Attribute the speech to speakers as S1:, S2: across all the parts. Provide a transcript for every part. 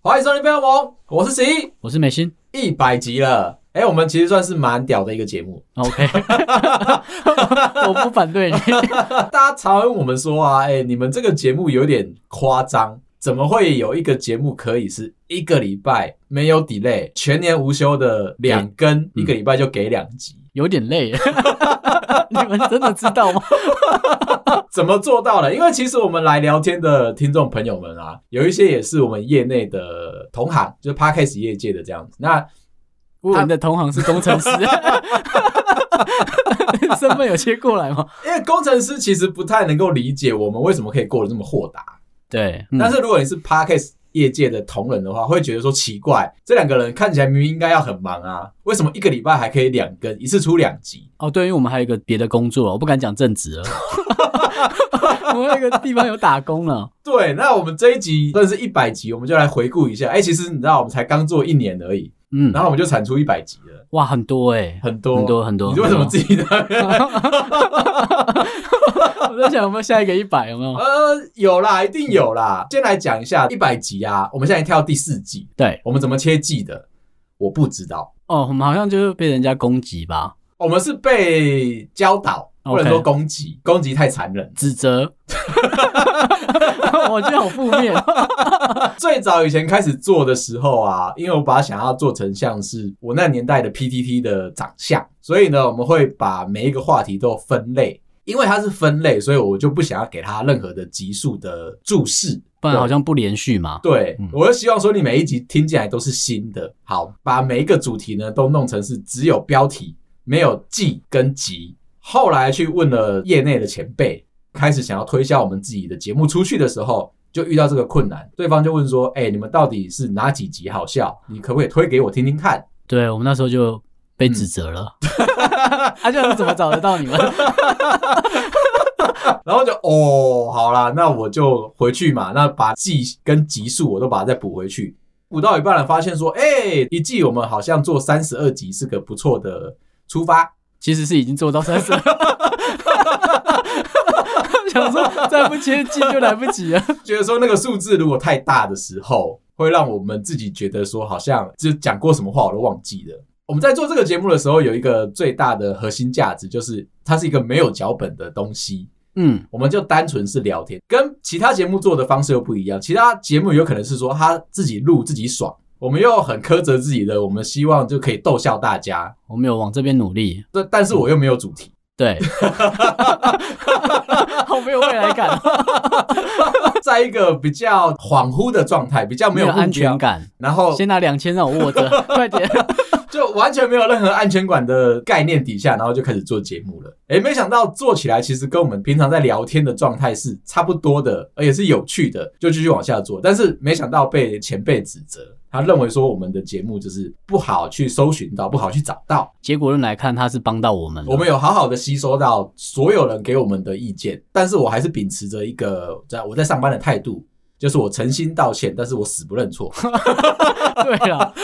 S1: 欢迎收听《标王》，我是十一，
S2: 我是美心。
S1: 一百集了。哎、我们其实算是蛮屌的一个节目。
S2: OK，我不反对你。
S1: 啊大家常问我们说啊，哎、你们这个节目有点夸张，怎么会有一个节目可以是一个礼拜没有 delay，全年无休的两更，一个礼拜就给两集？
S2: 有点累，你们真的知道吗？
S1: 啊怎么做到的？因为其实我们来聊天的听众朋友们啊，有一些也是我们业内的同行，就是 podcast 业界的这样子。那
S2: 我们的同行是工程师，身份有切过来吗？
S1: 因为工程师其实不太能够理解我们为什么可以过得这么豁达，
S2: 对，嗯
S1: 但是如果你是 podcast 业界的同仁的话，会觉得说奇怪，这两个人看起来明明应该要很忙啊，为什么一个礼拜还可以两更，一次出两集？
S2: 哦，对，因为我们还有一个别的工作，我不敢讲 正职了。我们有一个地方有打工了，
S1: 对，那我们这一集算是一百集，我们就来回顾一下。哎、其实你知道，我们才刚做一年而已，
S2: 嗯，
S1: 然后我们就产出一百集了，
S2: 哇，很多哎、
S1: 很多
S2: 很多很多
S1: 你为什么自己在那边？
S2: 我在想有没有下一个一百，有没有？
S1: 呃，有啦，一定有啦。先来讲一下一百集啊，我们现在跳第四季，
S2: 对，
S1: 我们怎么切季的？我不知道，
S2: 哦，我们好像就是被人家攻击吧，
S1: 我们是被教导，或者
S2: OK
S1: 说攻击攻击太残忍。
S2: 指责。我觉得好负面。
S1: 最早以前开始做的时候啊，因为我把它想要做成像是我那年代的 PTT 的长相，所以呢，我们会把每一个话题都分类，因为它是分类，所以我就不想要给它任何的集数的注释。
S2: 不然好像不连续嘛。
S1: 对
S2: 嗯，
S1: 我就希望说你每一集听进来都是新的。好，把每一个主题呢都弄成是只有标题，没有季跟集。后来去问了业内的前辈，开始想要推销我们自己的节目出去的时候，就遇到这个困难。对方就问说：“哎、你们到底是哪几集好笑？你可不可以推给我听听看
S2: 对，我们那时候就被指责 了。他就啊怎么找得到你们？？”
S1: 然后就哦，好啦，那我就回去嘛，那把季跟集数我都把它再补回去。补到一半了，发现说，哎、一季我们好像做三十二集是个不错的出发，
S2: 其实是已经做到三十。 想说再不接近就来不及了。
S1: 觉得说那个数字如果太大的时候，会让我们自己觉得说好像就讲过什么话我都忘记了。我们在做这个节目的时候，有一个最大的核心价值，就是它是一个没有脚本的东西，
S2: 嗯，
S1: 我们就单纯是聊天，跟其他节目做的方式又不一样。其他节目有可能是说他自己录自己爽，我们又很苛责自己的，我们希望就可以逗笑大家。
S2: 我们有往这边努力。
S1: 但但是我又没有主 题，
S2: 对，好没有未来感，
S1: 在一个比较恍惚的状态，比较没
S2: 没
S1: 有
S2: 有
S1: 目标
S2: 安全，感。
S1: 然后
S2: 先拿两千让我握 着，快点。
S1: 就完全没有任何安全感的概念底下，然后就开始做节目了。诶，没想到做起来其实跟我们平常在聊天的状态是差不多的，而且是有趣的，就继续往下做。但是没想到被前辈指责，他认为说我们的节目就是不好去搜寻到，不好去找到。
S2: 结果论来看，他是帮到我们了。
S1: 我们有好好的吸收到所有人给我们的意见，但是我还是秉持着一个在我在上班的态度。就是我诚心道歉，但是我死不认错。
S2: 对啊了，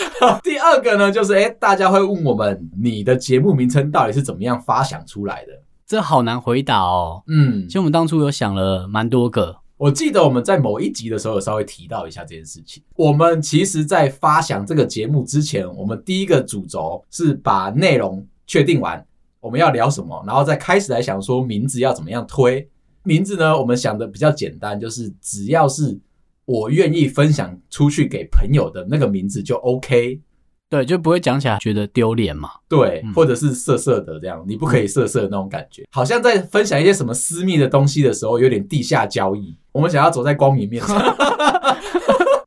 S1: 第二个呢，就是诶，大家会问我们你的节目名称到底是怎么样发想出来的？
S2: 这好难回答哦。
S1: 嗯
S2: 其，实我们当初有想了蛮多个，
S1: 我记得我们在某一集的时候有稍微提到一下这件事情。我们其实，在发想这个节目之前，我们第一个主轴是把内容确定完，我们要聊什么，然后再开始来想说名字要怎么样推。名字呢，我们想的比较简单，就是只要是我愿意分享出去给朋友的那个名字就 OK。
S2: 对，就不会讲起来觉得丢脸嘛。
S1: 对，
S2: 嗯
S1: 或者是色色的这样，你不可以色色的那种感觉，好像在分享一些什么私密的东西的时候，有点地下交易。我们想要走在光明面上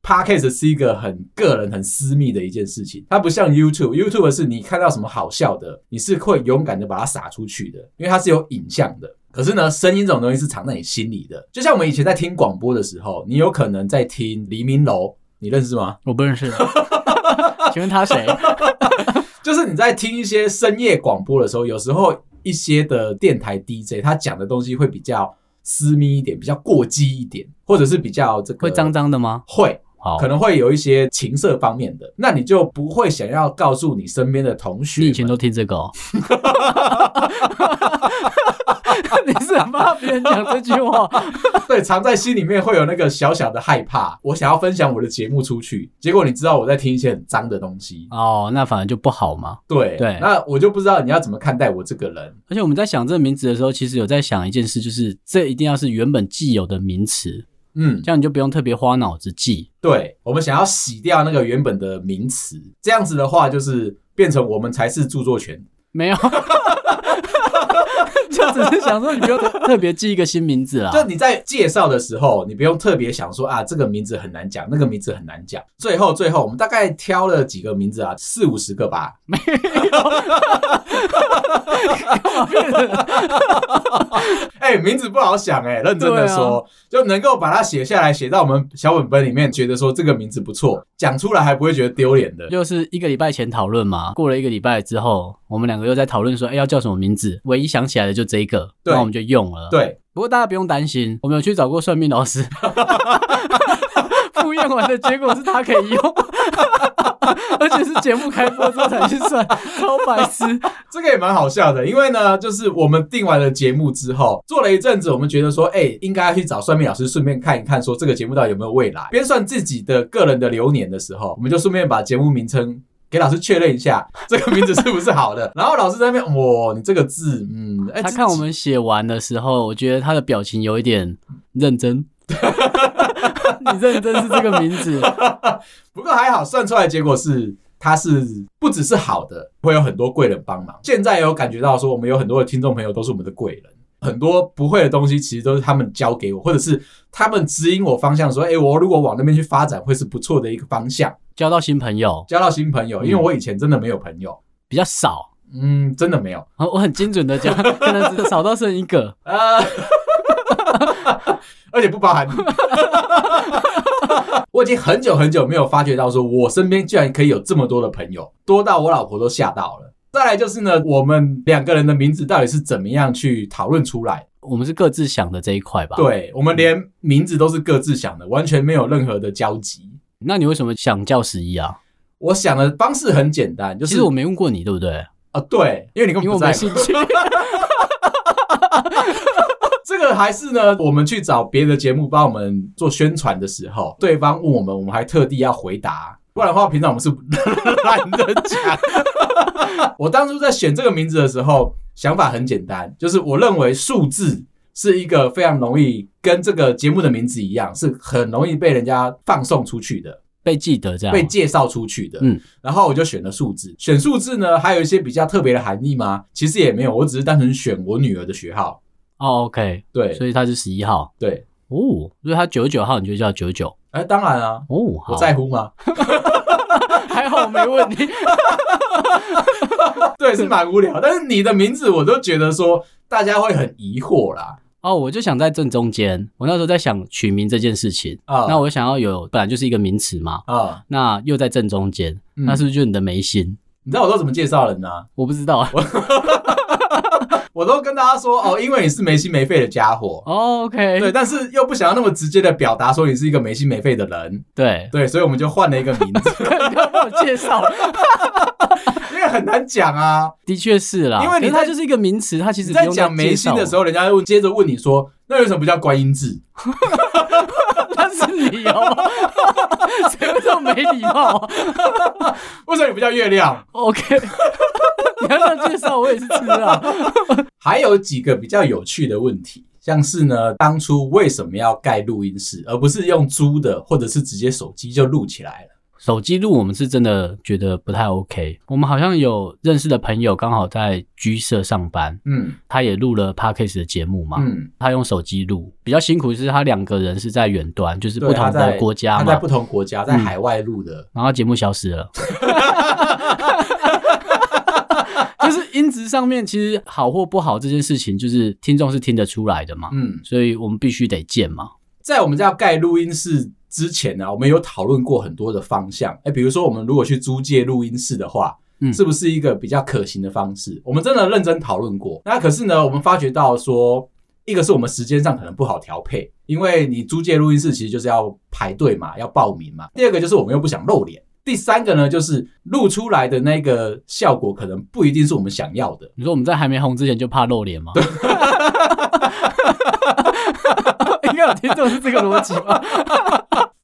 S1: ，Podcast 是一个很个人、很私密的一件事情，它不像 YouTube，YouTube 是你看到什么好笑的，你是会勇敢的把它撒出去的，因为它是有影像的。可是呢，声音这种东西是藏在你心里的，就像我们以前在听广播的时候，你有可能在听黎明楼，你认识吗？
S2: 我不 认识，请问他谁？
S1: 呃就是你在听一些深夜广播的时候，有时候一些的电台 DJ 他讲的东西会比较私密一点，比较过激一点，或者是比较这个
S2: 会脏脏的吗？
S1: 会
S2: 好
S1: 可，能会有一些情色方面的，那你就不会想要告诉你身边的同学
S2: 你
S1: 们。
S2: 以前都听这 个、哦，你是很怕别人讲这句话？
S1: 对，藏在心里面会有那个小小的害怕。我想要分享我的节目出去，结果你知道我在听一些很脏的东西。
S2: 哦，那反而就不好嘛。
S1: 对
S2: 对
S1: 那我就不知道你要怎么看待我这个人。
S2: 而且我们在想这个名词的时候，其实有在想一件事，就是这一定要是原本既有的名词，
S1: 嗯，
S2: 这样你就不用特别花脑子记。
S1: 对，我们想要洗掉那个原本的名词，这样子的话就是变成我们才是著作权。
S2: 没有， 就只是想说你不用特特别记一个新名字啦。
S1: 就你在介绍的时候，你不用特别想说啊，这个名字很难讲，那个名字很难讲。最后，最后我们大概挑了几个名字啊，四五十个吧。 哎、名字不好想哎、认真的说，就能够把它写下来，写到我们小本本里面，觉得说这个名字不错，讲出来还不会觉得丢脸的。
S2: 就是一个礼拜前讨论嘛，过了一个礼拜之后，我们两个又在讨论说，哎、要叫什么名字？唯一想起来的就这一个，
S1: 对
S2: 那我们就用了。，
S1: 对，
S2: 不过大家不用担心，我们有去找过算命老师，复验完的结果是他可以用， 而且是节目开播之后才去算，超白 痴。
S1: 这个也蛮好笑的，因为呢，就是我们定完了节目之后，做了一阵子，我们觉得说，哎、应该要去找算命老师，顺便看一看，说这个节目到底有没有未来。边算自己的个人的流年的时候，我们就顺便把节目名称。给老师确认一下，这个名字是不是好的？然后老师在那边，哇、你这个字，嗯，哎、
S2: 他
S1: 这
S2: 看我们写完的时候，我觉得他的表情有一点认真。 你认真是这个名字，
S1: 不过还好，算出来结果是它是不只是好的，会有很多贵人帮忙。现在有感觉到说，我们有很多的听众朋友都是我们的贵人，很多不会的东西其实都是他们教给我，或者是他们指引我方向，说：“哎、我如果往那边去发展，会是不错的一个方向。
S2: 交到新朋友”
S1: 交到新朋友，因为我以前真的没有朋友，
S2: 比较少。
S1: 嗯，真的没有。
S2: 啊我很精准的讲，可能只少到剩一个。
S1: 呃，而且不包含你。 我已经很久很久没有发觉到，说我身边居然可以有这么多的朋友，多到我老婆都吓到了。再来就是呢，我们两个人的名字到底是怎么样去讨论出来？
S2: 我们是各自想的这一块吧？。
S1: 对我们连名字都是各自想的，完全没有任何的交集。
S2: 那你为什么想叫十一啊？
S1: 我想的方式很简单，就
S2: 其
S1: 是
S2: 实我没问过你，对不对？
S1: 啊，对，因为你根
S2: 因
S1: 本不
S2: 为我
S1: 在
S2: 没
S1: 乎
S2: 兴趣。
S1: 这个还是呢，我们去找别的节目帮我们做宣传的时候，对方问我们，我们还特地要回答，不然的话，平常我们是懒得讲。 我当初在选这个名字的时候，想法很简单，就是我认为数字是一个非常容易跟这个节目的名字一样，是很容易被人家放送出去的。
S2: 被记得这样吗，
S1: 被介绍出去的。嗯
S2: 啊嗯，
S1: 然后我就选了数字。选数字呢，还有一些比较特别的含义吗？其实也没有，我只是单纯选我女儿的学号。
S2: 哦，OK，
S1: 对
S2: 所以他是十一号
S1: 对，
S2: 哦，所以他九九号你就叫九九
S1: 哎、当然啊，
S2: 哦，好
S1: 我在乎吗？
S2: 还好我没问你，
S1: 对，是蛮无 聊。但是你的名字，我都觉得说大家会很疑惑啦。
S2: 哦，我就想在正中间。我那时候在想取名这件事情，
S1: 啊
S2: 那我想要有本来就是一个名词嘛，
S1: 啊，
S2: 那又在正中间，
S1: 嗯
S2: 那是不是就是你的眉心？
S1: 你知道我都怎么介绍人呢、
S2: 我不知道啊。
S1: 我都跟大家 说哦，因为你是没心没肺的家伙。
S2: 哦，OK，
S1: 对，但是又不想要那么直接的表达说你是一个没心没肺的人，
S2: 对，
S1: 对，所以我们就换了一个名字，
S2: 你要帮我介绍，
S1: 因为很难讲啊。
S2: 的确是啦，
S1: 因为你
S2: 可是它
S1: 在
S2: 就是一个名词，它其
S1: 你
S2: 实
S1: 在讲眉心的时
S2: 候，
S1: 候，人家又接着问你说，那为什么不叫观音字？
S2: 它是你哦， 谁会这么没礼貌啊
S1: 为什么你不叫月亮？
S2: ？OK，你要这样介绍，我也是吃啊。
S1: 还有几个比较有趣的问题，像是呢，当初为什么要盖录音室，而不是用租的，或者是直接手机就录起来了？
S2: 手机录我们是真的觉得不太 OK，我们好像有认识的朋友刚好在居社上班，
S1: 嗯
S2: 他也录了 podcast 的节目嘛，
S1: 嗯，
S2: 他用手机录，比较辛苦的是他两个人是在远端，就是
S1: 对
S2: 不同
S1: 他在
S2: 的国家
S1: 他
S2: 嘛
S1: 在，不同国家，在海外录的。
S2: 然后节目消失 了。就是音质上面，其实好或不好这件事情，就是听众是听得出来的嘛，
S1: 嗯，
S2: 所以我们必须得见嘛。
S1: 在我们家盖录音室之前啊呢、我们有讨论过很多的方向。哎，比如说我们如果去租借录音室的话，
S2: 嗯
S1: 是不是一个比较可行的方式？我们真的认真讨论过。那可是呢，我们发觉到说，一个是我们时间上可能不好调配，因为你租借录音室其实就是要排队嘛，要报名嘛。第二个就是我们又不想露脸。第三个呢，就是录出来的那个效果可能不一定是我们想要的。
S2: 你说我们在还没红之前就怕露脸吗？ 应该有听众是这个逻辑吧？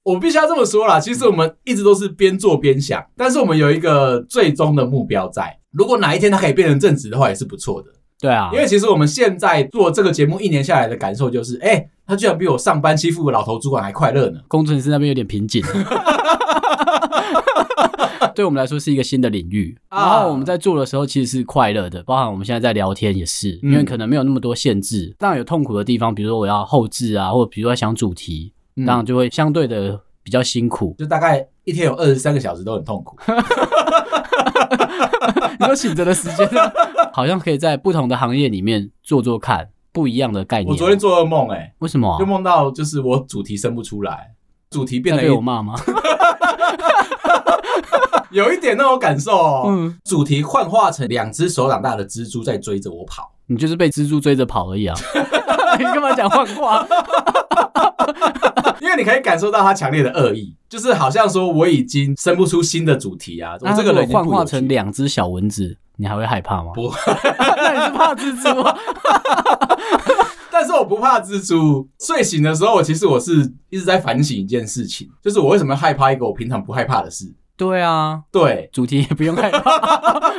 S1: 我必须要这么说啦，其实我们一直都是边做边想，但是我们有一个最终的目标在。如果哪一天它可以变成正职的话，也是不错的。
S2: 对啊，
S1: 因为其实我们现在做这个节目一年下来的感受就是，哎、他居然比我上班欺负我老头主管还快乐呢。
S2: 工程师那边有点瓶颈。啊对我们来说是一个新的领域，然
S1: 啊
S2: 后我们在做的时候其实是快乐的，包含我们现在在聊天也是，因为
S1: 嗯
S2: 可能没有那么多限制。当然有痛苦的地方，比如说我要后置啊，或者比如说要想主题，
S1: 嗯
S2: 当然就会相对的比较辛苦。
S1: 就大概一天有二十三个小时都很痛苦。
S2: 你说醒着的时间， 好像可以在不同的行业里面做做看不一样的概念。哦
S1: 我昨天做噩梦，哎，
S2: 为什么、啊
S1: 就？梦到就是我主题生不出来，主题变
S2: 要
S1: 得
S2: 被我
S1: 有
S2: 骂吗？
S1: 有一点那种感受哦。
S2: 嗯，
S1: 主题幻化成两只手掌大的蜘蛛在追着我跑，
S2: 你就是被蜘蛛追着跑而已啊！ 你干嘛讲幻话？
S1: 因为你可以感受到它强烈的恶意，就是好像说我已经生不出新的主题啊， 我
S2: 那
S1: 这个
S2: 如果
S1: 人已经
S2: 幻
S1: 不有
S2: 化
S1: 趣
S2: 成两只小蚊子，你还会害怕吗？
S1: 不，
S2: 那你是怕蜘蛛啊？
S1: 但是我不怕蜘蛛。睡醒的时候，我其实我是一直在反省一件事情，就是我为什么害怕一个我平常不害怕的事。
S2: 对啊，
S1: 对，
S2: 主题也不用害怕。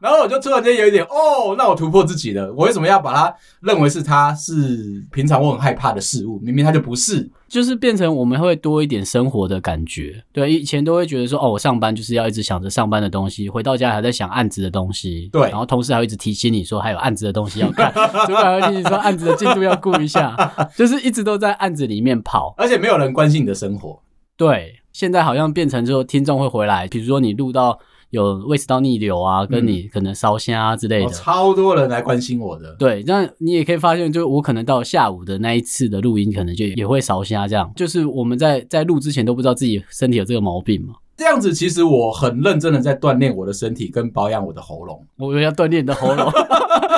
S1: 然后我就突然间有一点，哦，那我突破自己了。我为什么要把它认为是它是平常我很害怕的事物？明明它就不是。
S2: 就是变成我们会多一点生活的感觉，对，以前都会觉得说，哦，我上班就是要一直想着上班的东西，回到家还在想案子的东西，
S1: 对
S2: 然后同事还会一直提醒你说还有案子的东西要看， 主管还会提醒你说案子的进度要顾一下，就是一直都在案子里面跑，
S1: 而且没有人关心你的生活。
S2: 对，现在好像变成说听众会回来，比如说你录到有胃食道逆流啊，跟你可能烧虾啊之类
S1: 嗯哦、
S2: 的。
S1: 超多人来关心我的。
S2: 对，那你也可以发现，就我可能到下午的那一次的录音，可能就也会烧虾这样。就是我们在在录之前都不知道自己身体有这个毛病嘛。
S1: 这样子，其实我很认真的在锻炼我的身体跟保养我的喉咙，
S2: 我要锻炼你的喉咙，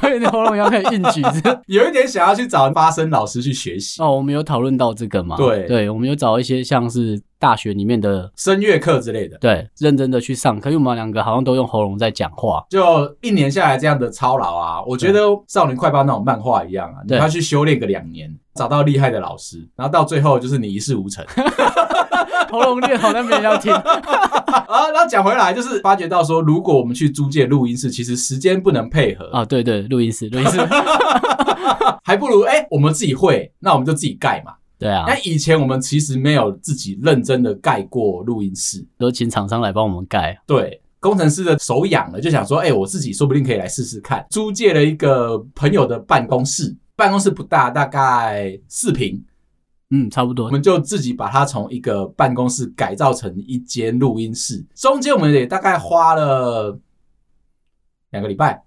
S2: 所以你的喉咙要开始硬举是不是
S1: 有一点想要去找发声老师去学习
S2: 哦，我们有讨论到这个嘛？
S1: 对
S2: 对，我们有找一些像是大学里面的
S1: 声乐课之类的。
S2: 对认真的去上课，因为我们两个好像都用喉咙在讲话。
S1: 就一年下来这样的操劳啊，我觉得《少年快报》那种漫画一样啊，你
S2: 对
S1: 要去修炼个两年，找到厉害的老师，然后到最后就是你一事 无成
S2: 喉咙练好，但没人要听。
S1: 啊。然后讲回来，就是发觉到说，如果我们去租借录音室，其实时间不能配合，
S2: 啊，对对，录音室，录音室，
S1: 还不如哎、我们自己会，那我们就自己盖嘛。
S2: 对啊，
S1: 那、以前我们其实没有自己认真的盖过录音室，
S2: 都请厂商来帮我们盖。啊
S1: 对。工程师的手痒了，就想说，哎、我自己说不定可以来试试看。租借了一个朋友的办公室，办公室不大，大概四平，
S2: 嗯，差不
S1: 我
S2: 多。
S1: 们就自己把它从一个办公室改造成一间录音室，中间我们也大概花了两个礼拜，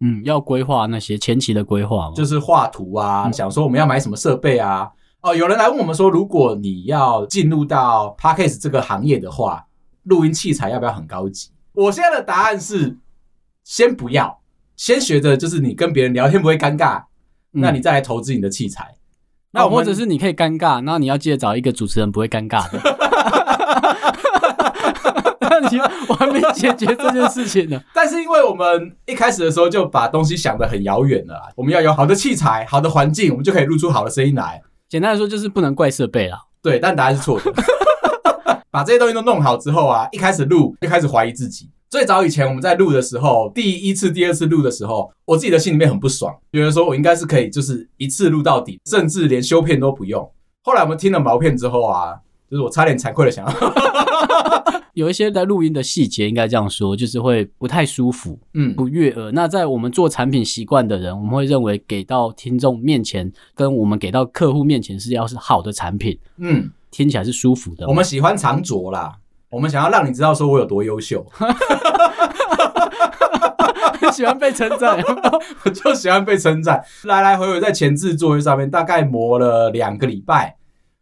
S2: 嗯，要规划那些前期的规划嘛。
S1: 就是画图啊，
S2: 嗯
S1: 想说我们要买什么设备啊。哦，有人来问我们说，如果你要进入到 podcast 这个行业的话，录音器材要不要很高级？我现在的答案是，先不要，先学着就是你跟别人聊天不会尴尬，
S2: 嗯
S1: 那你再来投资你的器材。
S2: 那
S1: 那我们
S2: 或者是你可以尴尬，那你要记得找一个主持人不会尴尬 的。那你我还没解决这件事情 呢。
S1: 但是因为我们一开始的时候就把东西想得很遥远了啦，我们要有好的器材、好的环境，我们就可以录出好的声音来。
S2: 简单来说，就是不能怪设备啦。
S1: 对，但答案是错的。 把这些东西都弄好之后啊，一开始录就开始怀疑自己。最早以前我们在录的时候，第一次、第二次录的时候，我自己的心里面很不爽，觉得说我应该是可以就是一次录到底，甚至连修片都不用。后来我们听了毛片之后啊，就是我差点惭愧的想要，
S2: 有一些在录音的细节，应该这样说，就是会不太舒服。
S1: 嗯，
S2: 不悦耳。那在我们做产品习惯的人，我们会认为给到听众面前，跟我们给到客户面前是要是好的产品，
S1: 嗯，
S2: 听起来是舒服的。
S1: 我们喜欢长着啦，我们想要让你知道说我有多优秀。
S2: 喜欢被称 赞，
S1: 我就喜欢被称赞。来来回回在前置作业上面大概磨了两个礼拜，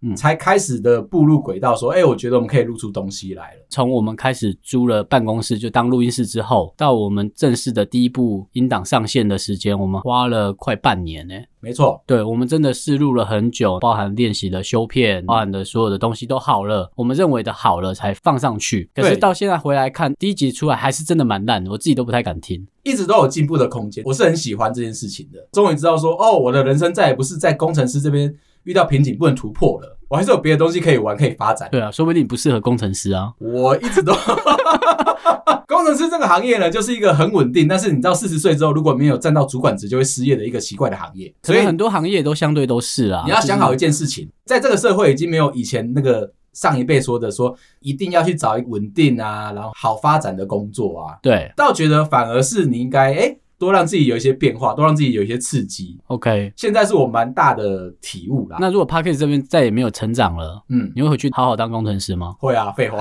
S2: 嗯
S1: 才开始的步入轨道，说，哎、我觉得我们可以录出东西来了。
S2: 从我们开始租了办公室就当录音室之后，到我们正式的第一部音档上线的时间，我们花了快半年呢、
S1: 没错，
S2: 对，我们真的试录了很久，包含练习的修片，包含的所有的东西都好了，我们认为的好了才放上去。可是
S1: 对
S2: 到现在回来看，第一集出来还是真的蛮烂的，我自己都不太敢听。
S1: 一直都有进步的空间，我是很喜欢这件事情的。终于知道说，哦，我的人生再也不是在工程师这边遇到瓶颈不能突破了，我还是有别的东西可以玩，可以发展。
S2: 对啊，说不定你不适合工程师啊。
S1: 我一直都 工程师这个行业呢，就是一个很稳定，但是你到四十岁之后，如果没有站到主管职，就会失业的一个奇怪的行业。
S2: 可
S1: 所以
S2: 能很多行业都相对都是啊。
S1: 你要想好一
S2: 就是
S1: 件事情，在这个社会已经没有以前那个上一辈说的说一定要去找一个稳定啊，然后好发展的工作啊，
S2: 对
S1: 倒觉得反而是你应该哎、诶多让自己有一些变化，多让自己有一些刺激。
S2: ，OK。
S1: 现在是我蛮大的体悟啦。
S2: 那如果 p a c k e t 这边再也没有成长了，
S1: 嗯，
S2: 你会回去好好当工程师吗？
S1: 会啊，废话，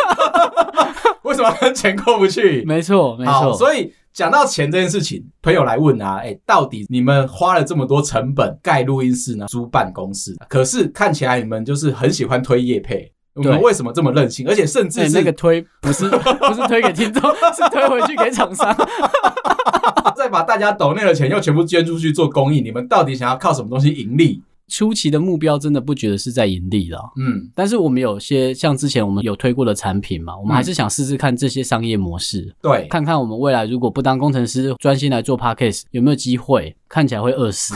S1: 为什么跟钱过不去？
S2: 没错，没
S1: 好，
S2: 错。
S1: 所以讲到钱这件事情，朋友来问啊，哎、到底你们花了这么多成本盖录音室呢，租办公室，可是看起来你们就是很喜欢推业配，我们为什么这么任性？而且甚至
S2: 哎
S1: 是、
S2: 那个推不是不是推给听众， 是推回去给厂商。
S1: 再把大家抖内的钱又全部捐出去做公益，你们到底想要靠什么东西盈利？
S2: 初期的目标真的不觉得是在盈利了，
S1: 嗯，
S2: 但是我们有些像之前我们有推过的产品嘛，我们还是想试试看这些商业模式，
S1: 对，
S2: 看看我们未来如果不当工程师，专心来做 podcast 有没有机会。看起来会饿死，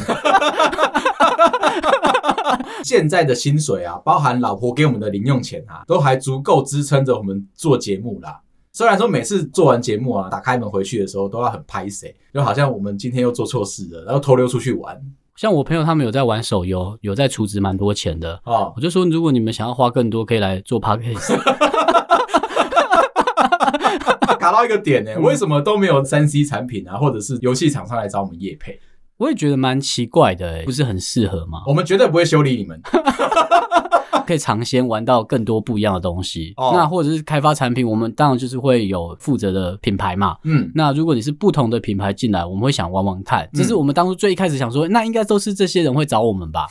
S1: 现在的薪水啊，包含老婆给我们的零用钱啊，都还足够支撑着我们做节目啦。虽然说每次做完节目啊，打开门回去的时候都要很拍谁，就好像我们今天又做错事了，然后偷溜出去玩
S2: 像我朋友他们有在玩手游，有在储值蛮多钱的，
S1: 哦。
S2: 我就说，如果你们想要花更多，可以来做 podcast。
S1: 卡到一个点呢、
S2: 嗯
S1: 为什么都没有三 C 产品啊，或者是游戏厂商来找我们业配？
S2: 我也觉得蛮奇怪的、欸，不是很适合吗？
S1: 我们绝对不会修理你 们。
S2: 可以尝鲜玩到更多不一样的东西。
S1: 哦
S2: 那或者是开发产品，我们当然就是会有负责的品牌嘛。
S1: 嗯，
S2: 那如果你是不同的品牌进来，我们会想玩玩看。这是我们当初最一开始想说，那应该都是这些人会找我 们吧？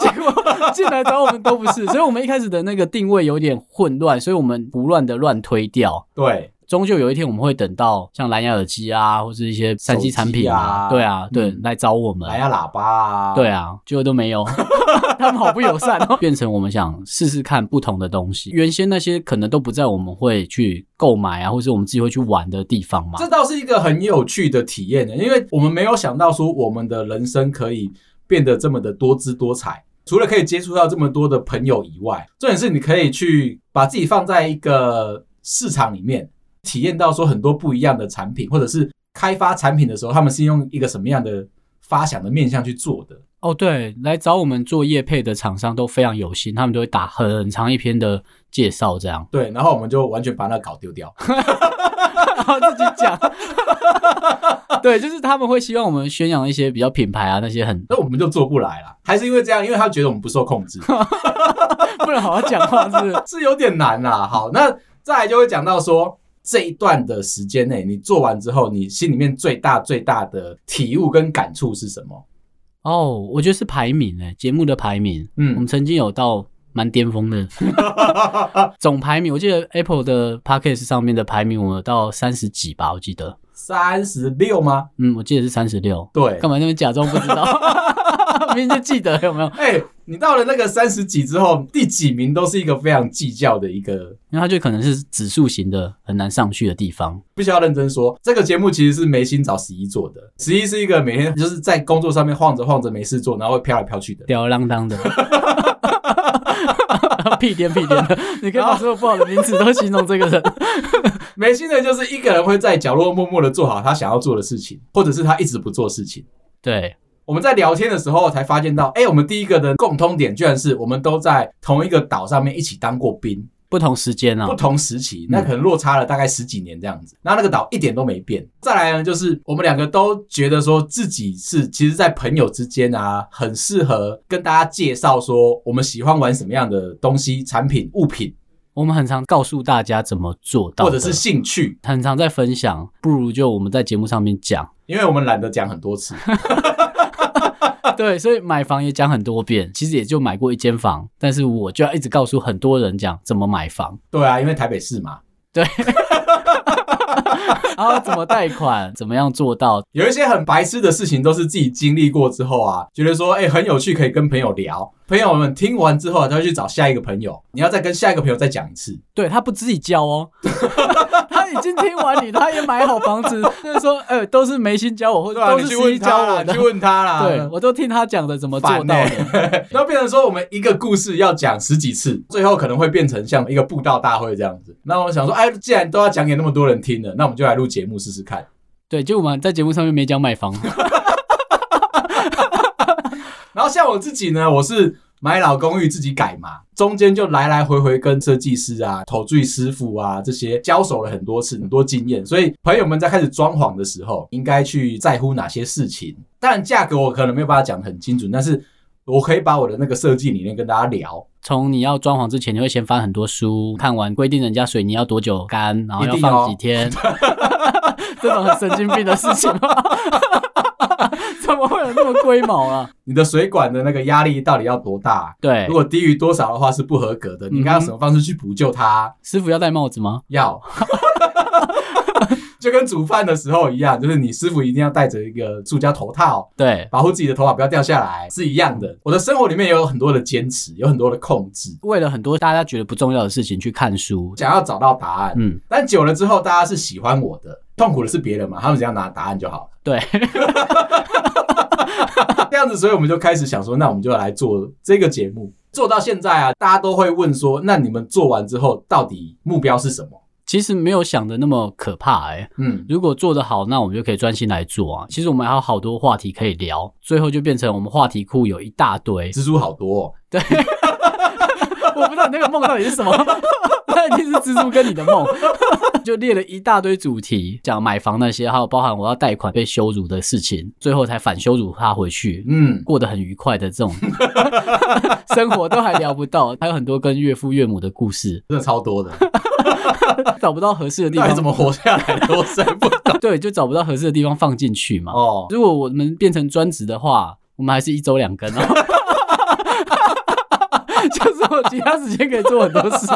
S2: 结果进来找我们都不是，所以我们一开始的那个定位有点混乱，所以我们胡乱的乱推掉。
S1: 对，
S2: 终究有一天我们会等到像蓝牙耳机啊，或是一些三 C 产品
S1: 手机
S2: 啊，
S1: 啊
S2: 对啊，对，
S1: 嗯
S2: 来找我们。
S1: 蓝牙喇叭啊，
S2: 对，啊，结果都没有， 他们好不友善哦。变成我们想试试看不同的东西，原先那些可能都不在我们会去购买啊，或是我们自己会去玩的地方嘛。
S1: 这倒是一个很有趣的体验呢、因为我们没有想到说我们的人生可以变得这么的多姿多彩。除了可以接触到这么多的朋友以外，重点是你可以去把自己放在一个市场里面，体验到说很多不一样的产品，或者是开发产品的时候，他们是用一个什么样的发想的面向去做的。
S2: 哦，对，来找我们做业配的厂商都非常有心，他们都会打很长一篇的介绍，这样
S1: 对，然后我们就完全把那个稿丢掉。
S2: 自己讲。 对，就是他们会希望我们宣扬一些比较品牌啊，那些很
S1: 那我们就做不来啦，还是因为这样，因为他觉得我们不受控制，
S2: 不能好好讲话，是不是？
S1: 是有点难啦。好，那再来就会讲到说这一段的时间内，你做完之后，你心里面最大最大的体悟跟感触是什么？
S2: 哦，我觉得是排名诶、节目的排名，我们
S1: 嗯，
S2: 曾经有到蛮巅峰 的总排名，我记得 Apple 的 p a c k a g e 上面的排名，我们有到三十几吧，我记得，
S1: 三十六吗？
S2: 嗯，我记得是三十六，
S1: 对
S2: 干，嘛那边假装不知道？ 明明就记得有没有？
S1: 哎、你到了那个三十几之后，第几名都是一个非常计较的一个。
S2: 因为它就可能是指数型的，很难上去的地方。
S1: 必须要认真说，这个节目其实是梅心找十一做的。十一是一个每天就是在工作上面晃着晃着没事做，然后会飘来飘去的人。
S2: 吊儿郎当的， 屁颠屁颠的，你可以把所有不好的名词都形容这个人。
S1: 没心的就是一个人会在角落默默的做好他想要做的事情，或者是他一直不做事情。
S2: 对，
S1: 我们在聊天的时候才发现到，哎、我们第一个的共通点居然是我们都在同一个岛上面一起当过兵，
S2: 不同时间啊
S1: 不，同时期，那可能落差了大概十几年这样子。那那个岛一点都没变。再来呢，就是我们两个都觉得说自己是，其实，在朋友之间啊，很适合跟大家介绍说我们喜欢玩什么样的东西、产品、物品，
S2: 我们很常告诉大家怎么做到
S1: 或
S2: 的，
S1: 者是兴趣，
S2: 很常在分享，不如就我们在节目上面讲。
S1: 因为我们懒得讲很多次。
S2: 对，所以买房也讲很多遍，其实也就买过一间房，但是我就要一直告诉很多人讲怎么买房，
S1: 对啊，因为台北市嘛，
S2: 然后啊怎么贷款，怎么样做到。
S1: 有一些很白痴的事情都是自己经历过之后啊，觉得说哎、很有趣，可以跟朋友聊。朋友们听完之后啊，他会去找下一个朋友，你要再跟下一个朋友再讲一次。
S2: 对他不自己教哦， 他已经听完你，他也买好房子， 就是说，呃，都是梅心教我，或
S1: 对
S2: 者
S1: 啊，
S2: 都
S1: 你
S2: 是
S1: 去
S2: 西
S1: 问
S2: 医教
S1: 他啦，
S2: 我
S1: 你
S2: 的
S1: 去，问他啦。
S2: 对我都听他讲的怎么做
S1: 烦
S2: 到
S1: 呢、
S2: 的。
S1: 欸， 那变成说我们一个故事要讲十几次，最后可能会变成像一个布道大会这样子。那我想说，哎，既然都要讲给那么多人听了，那我们就来录节目试试看。
S2: 对，就我们在节目上面没讲买房，
S1: 然后像我自己呢，我是买老公寓自己改嘛，中间就来来回回跟设计师啊、投注师傅啊这些交手了很多次，很多经验。所以朋友们在开始装潢的时候，应该去在乎哪些事情？当然价格我可能没有办法讲得很精准，但是我可以把我的那个设计理念跟大家聊。
S2: 从你要装潢之前，你会先翻很多书，看完规定人家水泥要多久干，然后要
S1: 一定哦
S2: 放几天， 这种很神经病的事情吗？ 怎么会有那么龟毛啊？
S1: 你的水管的那个压力到底要多大啊、
S2: 对
S1: 如，果低于多少的话是不合格的，你应该用什么方式去补救它？
S2: 师傅要戴帽子吗？
S1: 要， 就跟煮饭的时候一样，就是你师傅一定要戴着一个塑胶头套，
S2: 对，
S1: 保护自己的头发不要掉下来，是一样的。我的生活里面也有很多的坚持，有很多的控制，
S2: 为了很多大家觉得不重要的事情去看书，
S1: 想要找到答案。
S2: 嗯，
S1: 但久了之后，大家是喜欢我的，痛苦的是别人嘛，他们只要拿答案就好了。
S2: 对，
S1: 这样子，所以我们就开始想说，那我们就来做这个节目。做到现在啊，大家都会问说，那你们做完之后到底目标是什么？
S2: 其实没有想的那么可怕哎、
S1: 嗯，
S2: 如果做得好，那我们就可以专心来做啊。其实我们还有好多话题可以聊，最后就变成我们话题库有一大堆。
S1: 蜘蛛好多、哦，
S2: 我不知道你那个梦到底是什么， 那一定是蜘蛛跟你的梦。 就列了一大堆主题，讲买房那些，还有包含我要贷款被羞辱的事情，最后才反羞辱他回去，
S1: 嗯，
S2: 过得很愉快的这种 生活都还聊不到，还有很多跟岳父岳母的故事，
S1: 真的超多的，
S2: 找不到合适的地
S1: 到底怎么
S2: 方，
S1: 活下来的，我真不懂
S2: 对，就找不到合适的地方放进去嘛。
S1: 哦。
S2: 如果我们变成专职的话，我们还是一周两更哦。 就是我其他时间可以做很多 事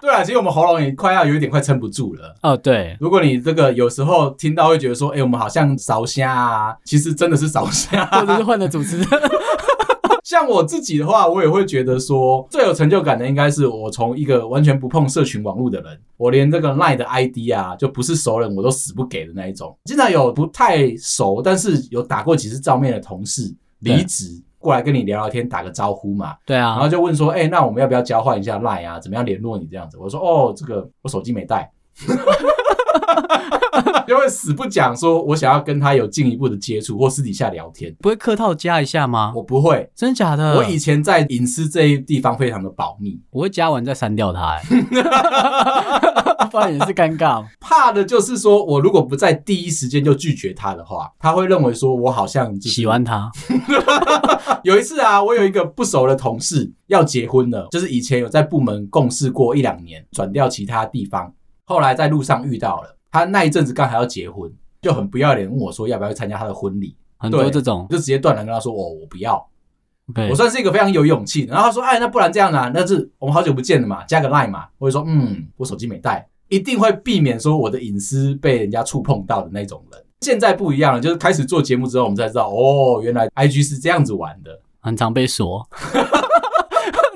S1: 对啊，其实我们喉咙也快要有一点快撑不住了。
S2: 哦，对，
S1: 如果你这个有时候听到会觉得说，哎、我们好像烧虾啊，其实真的是烧虾、啊
S2: 或者是换了主 持人，
S1: 像我自己的话，我也会觉得说，最有成就感的应该是我从一个完全不碰社群网络的人，我连这个 LINE 的 ID 啊，就不是熟人我都死不给的那一种。经常有不太熟，但是有打过几次照面的同事离职过来跟你聊聊天，打个招呼嘛，
S2: 对
S1: 然
S2: 啊
S1: 后，就问说，哎、那我们要不要交换一下 LINE 啊？怎么样联络你这样子？我说，哦，这个我手机没带。 就会死不讲，说我想要跟他有进一步的接触或私底下聊天，
S2: 不会客套加一下吗？
S1: 我不会，
S2: 真假的？
S1: 我以前在隐私这一地方非常的保密，
S2: 我会加完再删掉它、哎， 不然也是尴尬。
S1: 怕的就是说我如果不在第一时间就拒绝他的话，他会认为说我好像就是
S2: 喜。欢他，
S1: 有一次啊，我有一个不熟的同事要结婚了，就是以前有在部门共事过一两年，转调其他地方，后来在路上遇到了他那一阵子刚好要结婚，就很不要脸问我说要不要去参加他的婚礼，
S2: 很多
S1: 对
S2: 这种
S1: 我，就直接断然跟他说我、哦、我不要。
S2: 对
S1: 我，算是一个非常有勇气的。然后他说：“哎，那不然这样啦、那是我们好久不见了嘛，加个 Line 嘛。”我就说：“嗯，我手机没带，一定会避免说我的隐私被人家触碰到的那种人。”现在不一样了，就是开始做节目之后，我们才知道哦，原来 IG 是这样子玩的。
S2: 很常被 锁。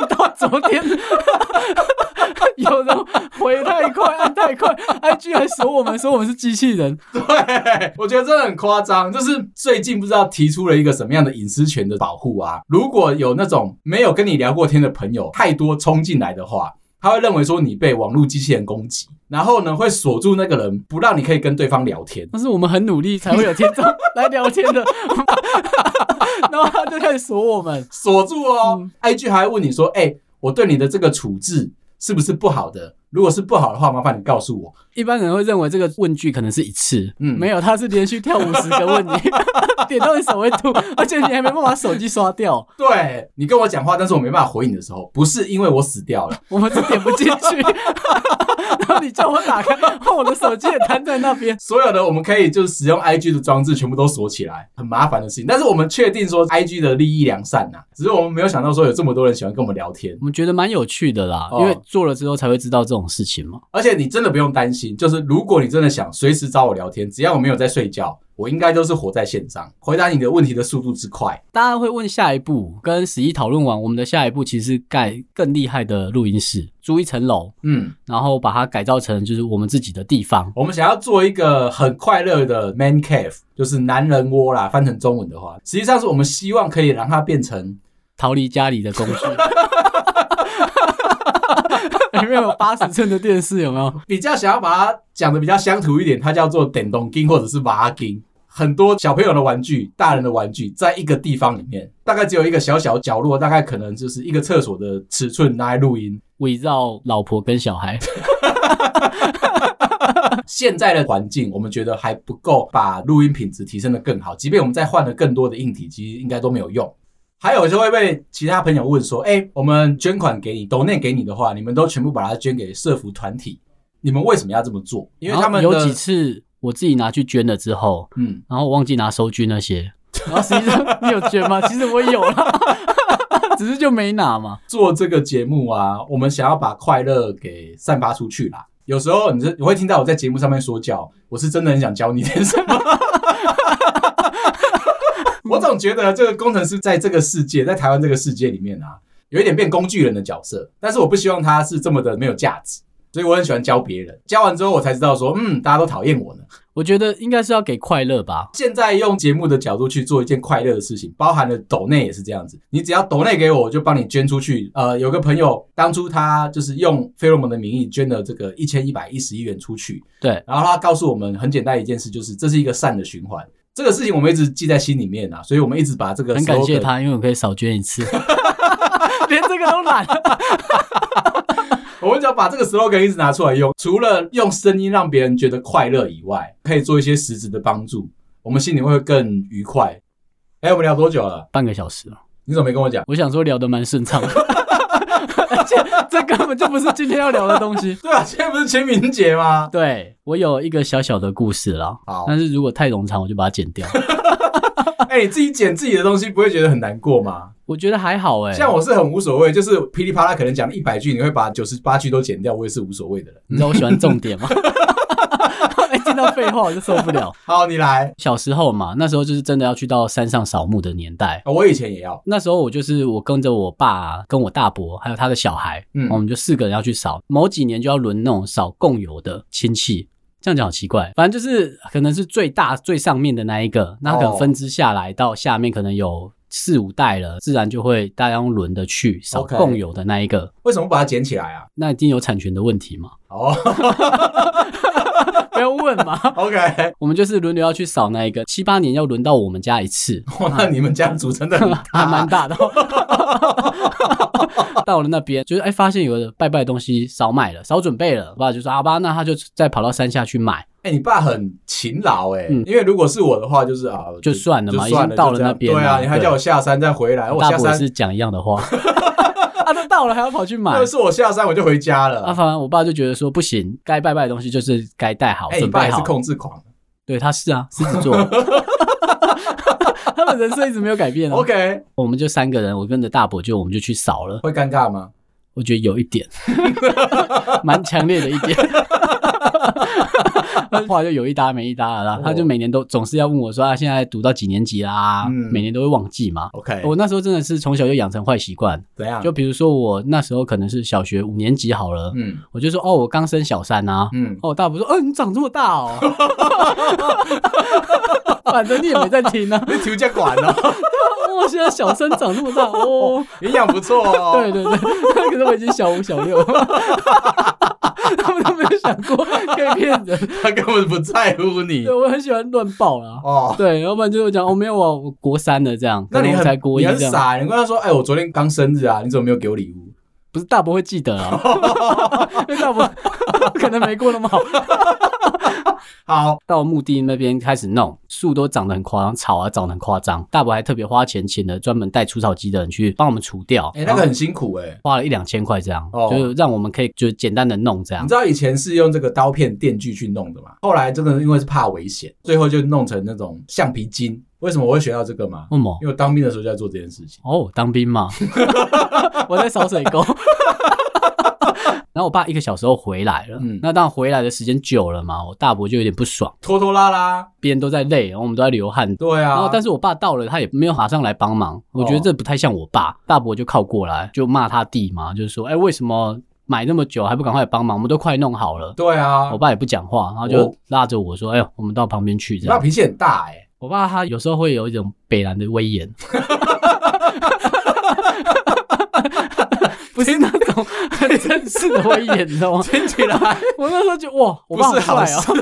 S2: 到昨天， 有人回太快，按太快，IG 还锁我们，说我们是机器人。
S1: 对， 我觉得真的很夸张。就是最近不知道提出了一个什么样的隐私权的保护啊，如果有那种没有跟你聊过天的朋友太多冲进来的话。他会认为说你被网络机器人攻击，然后呢会锁住那个人，不让你可以跟对方聊天。
S2: 但是我们很努力才会有听众来聊天的， 然后他就开始锁我们。
S1: 锁住哦。IG 还会问你说：“哎、我对你的这个处置是不是不好的？如果是不好的话，麻烦你告诉我。
S2: 一般人会认为这个问句可能是一次，
S1: 嗯
S2: 没有，他是连续跳五十个问你， 点到你手会吐，而且你还没办法把手机刷掉，
S1: 对你跟我讲话，但是我没办法回你的时候，不是因为我死掉了，
S2: 我们是点不进 去，然后你叫我打开，换我的手机也摊在那边，
S1: 所有的我们可以就是使用 IG 的装置全部都锁起来，很麻烦的事情。但是我们确定说 IG 的利益良善呐、只是我们没有想到说有这么多人喜欢跟我们聊天，
S2: 我们觉得蛮有趣的啦，
S1: 哦
S2: 因为做了之后才会知道这种事情嘛。
S1: 而且你真的不用担心，就是如果你真的想随时找我聊天，只要我没有在睡觉，我应该都是活在线上，回答你的问题的速度之快。
S2: 大家会问下一步，跟十一讨论完，我们的下一步其实是盖更厉害的录音室，租一层楼，
S1: 嗯，
S2: 然后把它改造成就是我们自己的地方。
S1: 我们想要做一个很快乐的 man cave，就是男人窝啦，翻成中文的话，实际上是我们希望可以让它变成
S2: 逃离家里的工 具。里面有八十寸的电视，有没有？
S1: 比较想要把它讲的比较乡土一点，它叫做电动金或者是娃金。很多小朋友的玩具、大人的玩具，在一个地方里面，大概只有一个小小角落，大概可能就是一个厕所的尺寸拿来录音。
S2: 围绕老婆跟小孩，
S1: 现在的环境，我们觉得还不够把录音品质提升的更好，即便我们再换了更多的硬体机，应该都没有用。还有就会被其他朋友问说：“哎、我们捐款给你，抖内给你的话，你们都全部把它捐给社服团体，你们为什么要这么做？因为他们
S2: 然后
S1: 的
S2: 有几次我自己拿去捐了之后，
S1: 嗯，
S2: 然后我忘记拿收据那些，然后实际上你有 捐吗？其实我有啦， 只是就没拿嘛。
S1: 做这个节目啊，我们想要把快乐给散发出去啦。有时候你这你会听到我在节目上面说教，我是真的很想教你点什么。 我总觉得这个工程师在这个世界，在台湾这个世界里面啊，有一点变工具人的角色，但是我不希望他是这么的没有价值，所以我很喜欢教别人。教完之后，我才知道说，嗯，大家都讨厌我呢。
S2: 我觉得应该是要给快乐吧。
S1: 现在用节目的角度去做一件快乐的事情，包含了抖内也是这样子。你只要抖内给我，我就帮你捐出去。呃，有个朋友当初他就是用菲洛蒙的名义捐了这个一千一百一十一元出去，
S2: 对，
S1: 然后他告诉我们很简单一件事，就是这是一个善的循环。这个事情我们一直记在心里面啊，所以我们一直把这个
S2: 很感谢
S1: slogan
S2: 他，因为我可以少捐一 次，连这个都懒。
S1: 我们只要把这个 slogan 一直拿出来用，除了用声音让别人觉得快乐以外，可以做一些实质的帮助，我们心里会更愉快。哎，我们聊多久了？
S2: 半个小时了，
S1: 你怎么没跟我讲？
S2: 我想说聊得蛮顺畅的，而且这根本就不是今天要聊的东 西。
S1: 对啊，现在不是清明节吗？
S2: 对我有一个小小的故事啦，
S1: 好
S2: 但是如果太冗长，我就把它剪 掉。
S1: 哎、你自己剪自己的东西，不会觉得很难过吗？
S2: 我觉得还好哎、
S1: 像我是很无所谓，就是噼里啪啦可能讲一百句，你会把九十八句都剪掉，我也是无所谓的人。
S2: 你知道我喜欢 重点吗？ 一听到废话我就受不了。
S1: 好，你来，
S2: 小时候嘛，那时候就是真的要去到山上扫墓的年代。
S1: 啊我以前也要，
S2: 那时候我就是我跟着我爸、跟我大伯还有他的小孩，
S1: 嗯
S2: 我们就四个人要去扫。某几年就要轮那种扫共有的亲戚，这样讲好奇怪。反正就是可能是最大最上面的那一个，那可能
S1: 哦
S2: 分支下来到下面可能有四五代了，自然就会大家用轮的去扫
S1: OK
S2: 共有的那一个。
S1: 为什么不把它剪起来啊？
S2: 那一定有产权的问题嘛？
S1: 哦
S2: 不要问嘛。
S1: ，OK，
S2: 我们就是轮流要去扫那一个，七八年要轮到我们家一次，
S1: 哇，那你们家族真的很大
S2: 还 蛮 大的。到了那边，就是哎，发现有的拜拜的东西少买了，少准备了，我爸就说啊好吧，那他就再跑到山下去买，
S1: 哎、你爸很勤劳哎、
S2: 嗯
S1: 因为如果是我的话，就是啊，
S2: 就算了嘛
S1: 就算
S2: 已经到了
S1: 就这样
S2: 那边了
S1: 对啊，你还
S2: 对
S1: 叫我下山再回啊来，我
S2: 大
S1: 下
S2: 伯也
S1: 山，
S2: 是讲一样的 话，啊，都到了还要跑去买。
S1: 要是我下山我就回家
S2: 啊，
S1: 了。
S2: 反正我爸就觉得说不行，该拜拜的东西就是该带好，
S1: 哎、你
S2: 准
S1: 爸
S2: 备
S1: 也
S2: 好
S1: 是。控制狂。
S2: 对，他是 啊，狮子座，他们人设一直没有改 变啊。
S1: OK，
S2: 我们就三个人，我跟着大伯就我们就去扫了。
S1: 会尴尬吗？
S2: 我觉得有一点， 蛮强烈的一点。 话就有一搭没一搭的啦
S1: 哦，
S2: 他就每年都总是要问我说啊，现在读到几年级啦？
S1: 嗯
S2: 每年都会忘记嘛。
S1: OK，
S2: 我那时候真的是从小就养成坏习惯，
S1: 怎样？
S2: 就比如说我那时候可能是小学五年级好了，
S1: 啊嗯
S2: 我就说哦，我刚升小三啊。
S1: 嗯，
S2: 哦，大伯说，嗯、你长这么大哦， 反正你也没在听啊。
S1: 你体育管哦，
S2: 哦，现在小三长这么大哦，
S1: 营养不错哦。
S2: 对对 对，可是我已经小五小六， 他们都没有想过可以骗人。
S1: 他根本不在乎你
S2: 对，我很喜欢乱报啦。
S1: 哦。
S2: 对，要不然就是我讲哦，没有啊，我国三了这样，
S1: 那你
S2: 可能
S1: 很
S2: 我才国一
S1: 你
S2: 这
S1: 很
S2: 样。
S1: 傻，你跟他说：“哎，我昨天刚生日啊，你怎么没有给我礼物？”
S2: 不是大伯会记得啊， 因为大伯 可能没过那么好。
S1: 好，
S2: 到墓地那边开始弄，树都长得很夸张，草啊长得很夸张。大伯还特别花钱请了专门带除草机的人去帮我们除掉，
S1: 哎、那个很辛苦哎、
S2: 花了一两千块这样，
S1: 哦
S2: 就是让我们可以就是简单的弄这样
S1: 你知。道以前是用这个刀片、电锯去弄的嘛？后来真的因为是怕危险，最后就弄成那种橡皮筋。为什么我会学到这个嘛？
S2: 为什么？
S1: 因为我当兵的时候就在做这件事情。
S2: 哦，当 兵嘛，我在扫水沟。 然后我爸一个小时后回来了，
S1: 嗯
S2: 那当然回来的时间久了嘛，我大伯就有点不爽，
S1: 拖拖拉拉，
S2: 别人都在累，然后我们都在流汗。
S1: 对
S2: 然后
S1: 啊，，
S2: 哦
S1: 哦
S2: 但是我爸到了，他也没有马上来帮忙，我觉得这不太像我爸。大伯就靠过来，就骂他弟嘛，就是说，哎，为什么买那么久还不赶快帮忙？我们都快弄好了。
S1: 对啊
S2: 我，爸也不讲话，然后
S1: 哦
S2: 就拉着我说，哎呦，我们到旁边去这
S1: 你
S2: 样
S1: 爸。脾气很大哎、
S2: 我爸他有时候会有一种北兰的威 严，不是那种很正式的威严，你知道吗？
S1: 听起来
S2: 我那时候就哇，
S1: 不
S2: 我爸
S1: 是好
S2: 帅
S1: 事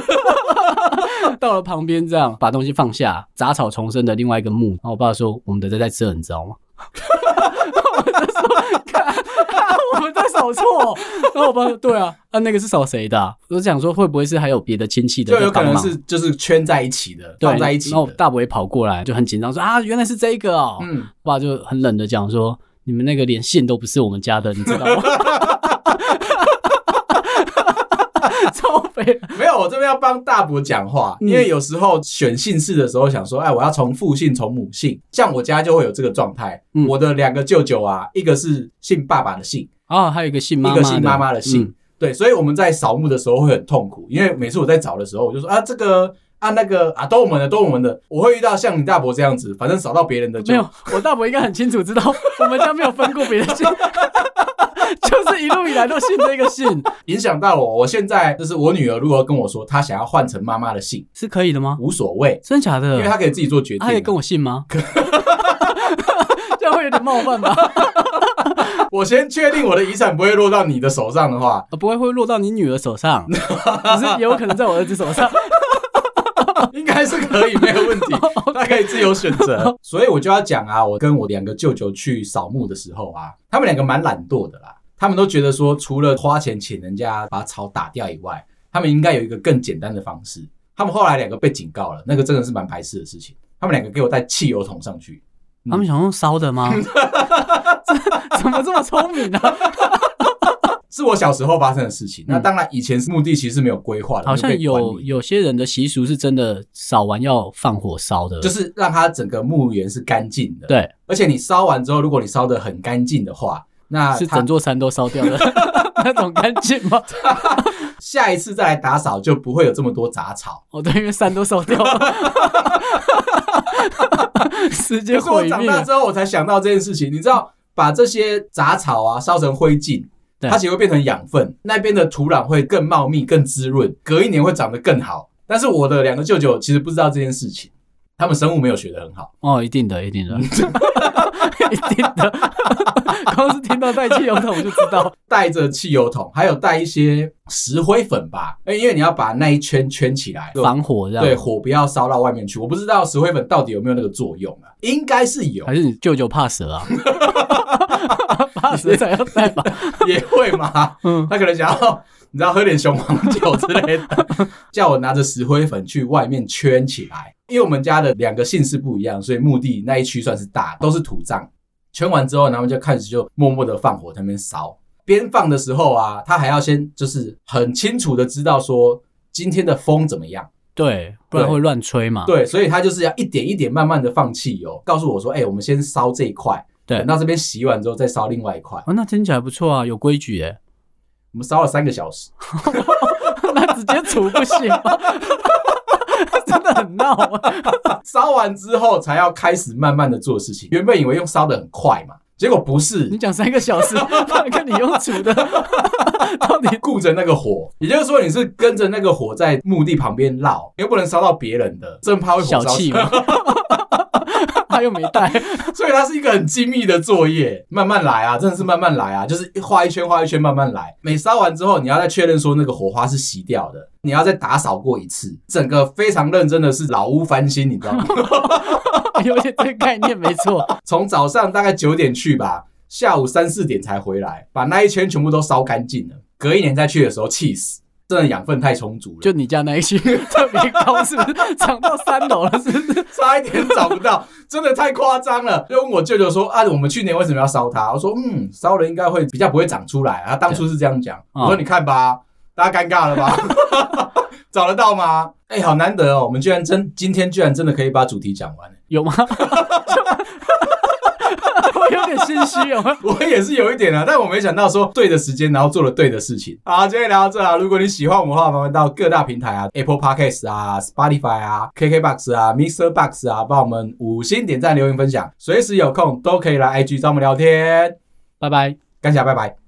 S2: 啊、。 到了旁边这样把东西放下，杂草丛生的另外一个墓，然后我爸说：“我们等下再吃了，你知道吗？” 我就说：“看，我们在扫错。”然后我爸说：“对啊，啊那个是扫谁的啊、我就想说，会不会是还有别的亲戚的
S1: 就
S2: 在
S1: 有可
S2: 帮忙？
S1: 能是就是圈在一起的，
S2: 对
S1: 放在一起
S2: 然后
S1: 的。
S2: 大伯也跑过来，就很紧张说啊，原来是这个哦。
S1: 嗯，
S2: 我爸就很冷的讲说，你们那个连线都不是我们家的，你知道吗？超肥，
S1: 没有，我这边要帮大伯讲话，
S2: 嗯
S1: 因为有时候选姓氏的时候想说，哎，我要从父姓从母姓，像我家就会有这个状态。
S2: 嗯
S1: 我的两个舅舅啊，一个是姓爸爸的姓，
S2: 啊、还有一个姓妈
S1: 一
S2: 妈的，
S1: 个姓妈妈的姓。
S2: 嗯
S1: 对，所以我们在扫墓的时候会很痛苦，因为每次我在找的时候，我就说啊，这个啊那个啊，都我们的，都我们的。我会遇到像你大伯这样子，反正扫到别人的就
S2: 没有，我大伯应该很清楚知道， 我们家没有分过别的姓， 就是一路以来都姓这个姓，
S1: 影响到我。我现在就是我女儿，如果跟我说她想要换成妈妈的姓，
S2: 是可以的吗？
S1: 无所谓，
S2: 真假的？
S1: 因为她可以自己做决定啊。
S2: 嗯他也跟我姓吗？ 这样会有点冒犯吧？
S1: 啊我先确定我的遗产不会落到你的手上的话，
S2: 啊不会会落到你女儿手上， 只是也有可能在我儿子 手上。
S1: 应该是可以，没有问题， 他可以自由选择。所以我就要讲啊，我跟我两个舅舅去扫墓的时候啊，他们两个蛮懒惰的啦，他们都觉得说，除了花钱请人家把草打掉以外，他们应该有一个更简单的方式。他们后来两个被警告了，那个真的是蛮白痴的事情。他们两个给我带汽油桶上去，
S2: 他们想用烧的 吗？这怎么这么聪明呢、啊？
S1: 是我小时候发生的事情。那
S2: 嗯
S1: 当然，以前是墓地其实是没有规划的，
S2: 好像
S1: 没有被
S2: 有
S1: 管理
S2: 有些人的习俗是真的扫完要放火烧的，
S1: 就是让它整个墓园是干净的。
S2: 对，
S1: 而且你烧完之后，如果你烧得很干净的话，那
S2: 是
S1: 它
S2: 整座山都 烧掉了那种干净吗？
S1: 下一次再来打扫就不会有这么多杂草。
S2: 哦，对，因为山都烧掉了， 直接
S1: 可是我
S2: 毁
S1: 长
S2: 灭
S1: 大
S2: 了。
S1: 之后，我才想到这件事情。你知道，把这些杂草啊烧成灰烬，
S2: 对
S1: 它其实会变成养分，那边的土壤会更茂密、更滋润，隔一年会长得更好。但是我的两个舅舅其实不知道这件事情，他们生物没有学得很好。
S2: 哦，一定的，一定
S1: 嗯
S2: 的， 一定的。 光是听到带汽油桶我就知道，
S1: 带着汽油桶，还有带一些石灰粉吧，哎因为你要把那一圈圈起来，
S2: 防火这样。
S1: 对，火不要烧到外面去。我不知道石灰粉到底有没有那个作用啊，应该是有
S2: 还，是你舅舅怕蛇 啊？怕蛇才要带吧？
S1: 也会嘛。
S2: 嗯
S1: 他可能想要， 你知道，喝点雄黄酒之类 的，叫我拿着石灰粉去外面圈起来。因为我们家的两个姓氏不一样，所以墓地那一区算是大，都是土葬。圈完之后，然后就开始就默默的放火在那边烧。边放的时候啊，他还要先就是很清楚的知道说今天的风怎么样。
S2: 对，不然
S1: 对
S2: 会乱吹嘛。
S1: 对，所以他就是要一点一点慢慢的放汽油，告诉我说，哎、我们先烧这一块，
S2: 对
S1: 等到这边洗完之后再烧另外一块。
S2: 哦，那听起来不错啊，有规矩耶。
S1: 我们烧了三个小时，
S2: 那直接除不行吗？ 真的很闹啊！
S1: 烧完之后才要开始慢慢的做事情。原本以为用烧的很快嘛，结果不是
S2: 你，讲三个小时，那跟你用除的，到底
S1: 顾着那个火，也就是说你是跟着那个火在墓地旁边绕，又不能烧到别人的，正怕会火
S2: 小
S1: 烧
S2: 气
S1: 起
S2: 吗？他又没带，
S1: 所以它是一个很精密的作业，慢慢来啊，真的是慢慢来啊，就是画一圈画一圈慢慢来。每烧完之后，你要再确认说那个火花是熄掉的，你要再打扫过一次，整个非常认真的是老屋翻新，你知道吗？
S2: 有点这个概念没错。
S1: 从早上大概九点去吧。下午三四点才回来，把那一圈全部都烧干净了。隔一年再去的时候，气死，真的养分太充足了，
S2: 就你家 那一区特别高，是不是涨到三楼了？是不是？
S1: 差一点找不到， 真的太夸张了。就问我舅舅说啊，我们去年为什么要烧它？我说嗯，烧了应该会比较不会长出来。他啊当初是这样讲。
S2: 嗯
S1: 我说你看吧，大家尴尬了吧？ 找得到吗？哎、好难得哦，我们居然真今天居然真的可以把主题讲完。
S2: 有吗？ 我有点心虚，有吗？
S1: 我也是有一点啊，但我没想到说对的时间，然后做了对的事情。好，今天聊到这啊。如果你喜欢我们的话，麻烦到各大平台啊，Apple Podcast 啊、Spotify 啊、KKBox 啊、Mr. Box 啊，帮我们五星点赞、留言、分享。随时有空都可以来 IG 找我们聊天。
S2: 拜拜。
S1: 感谢，拜拜。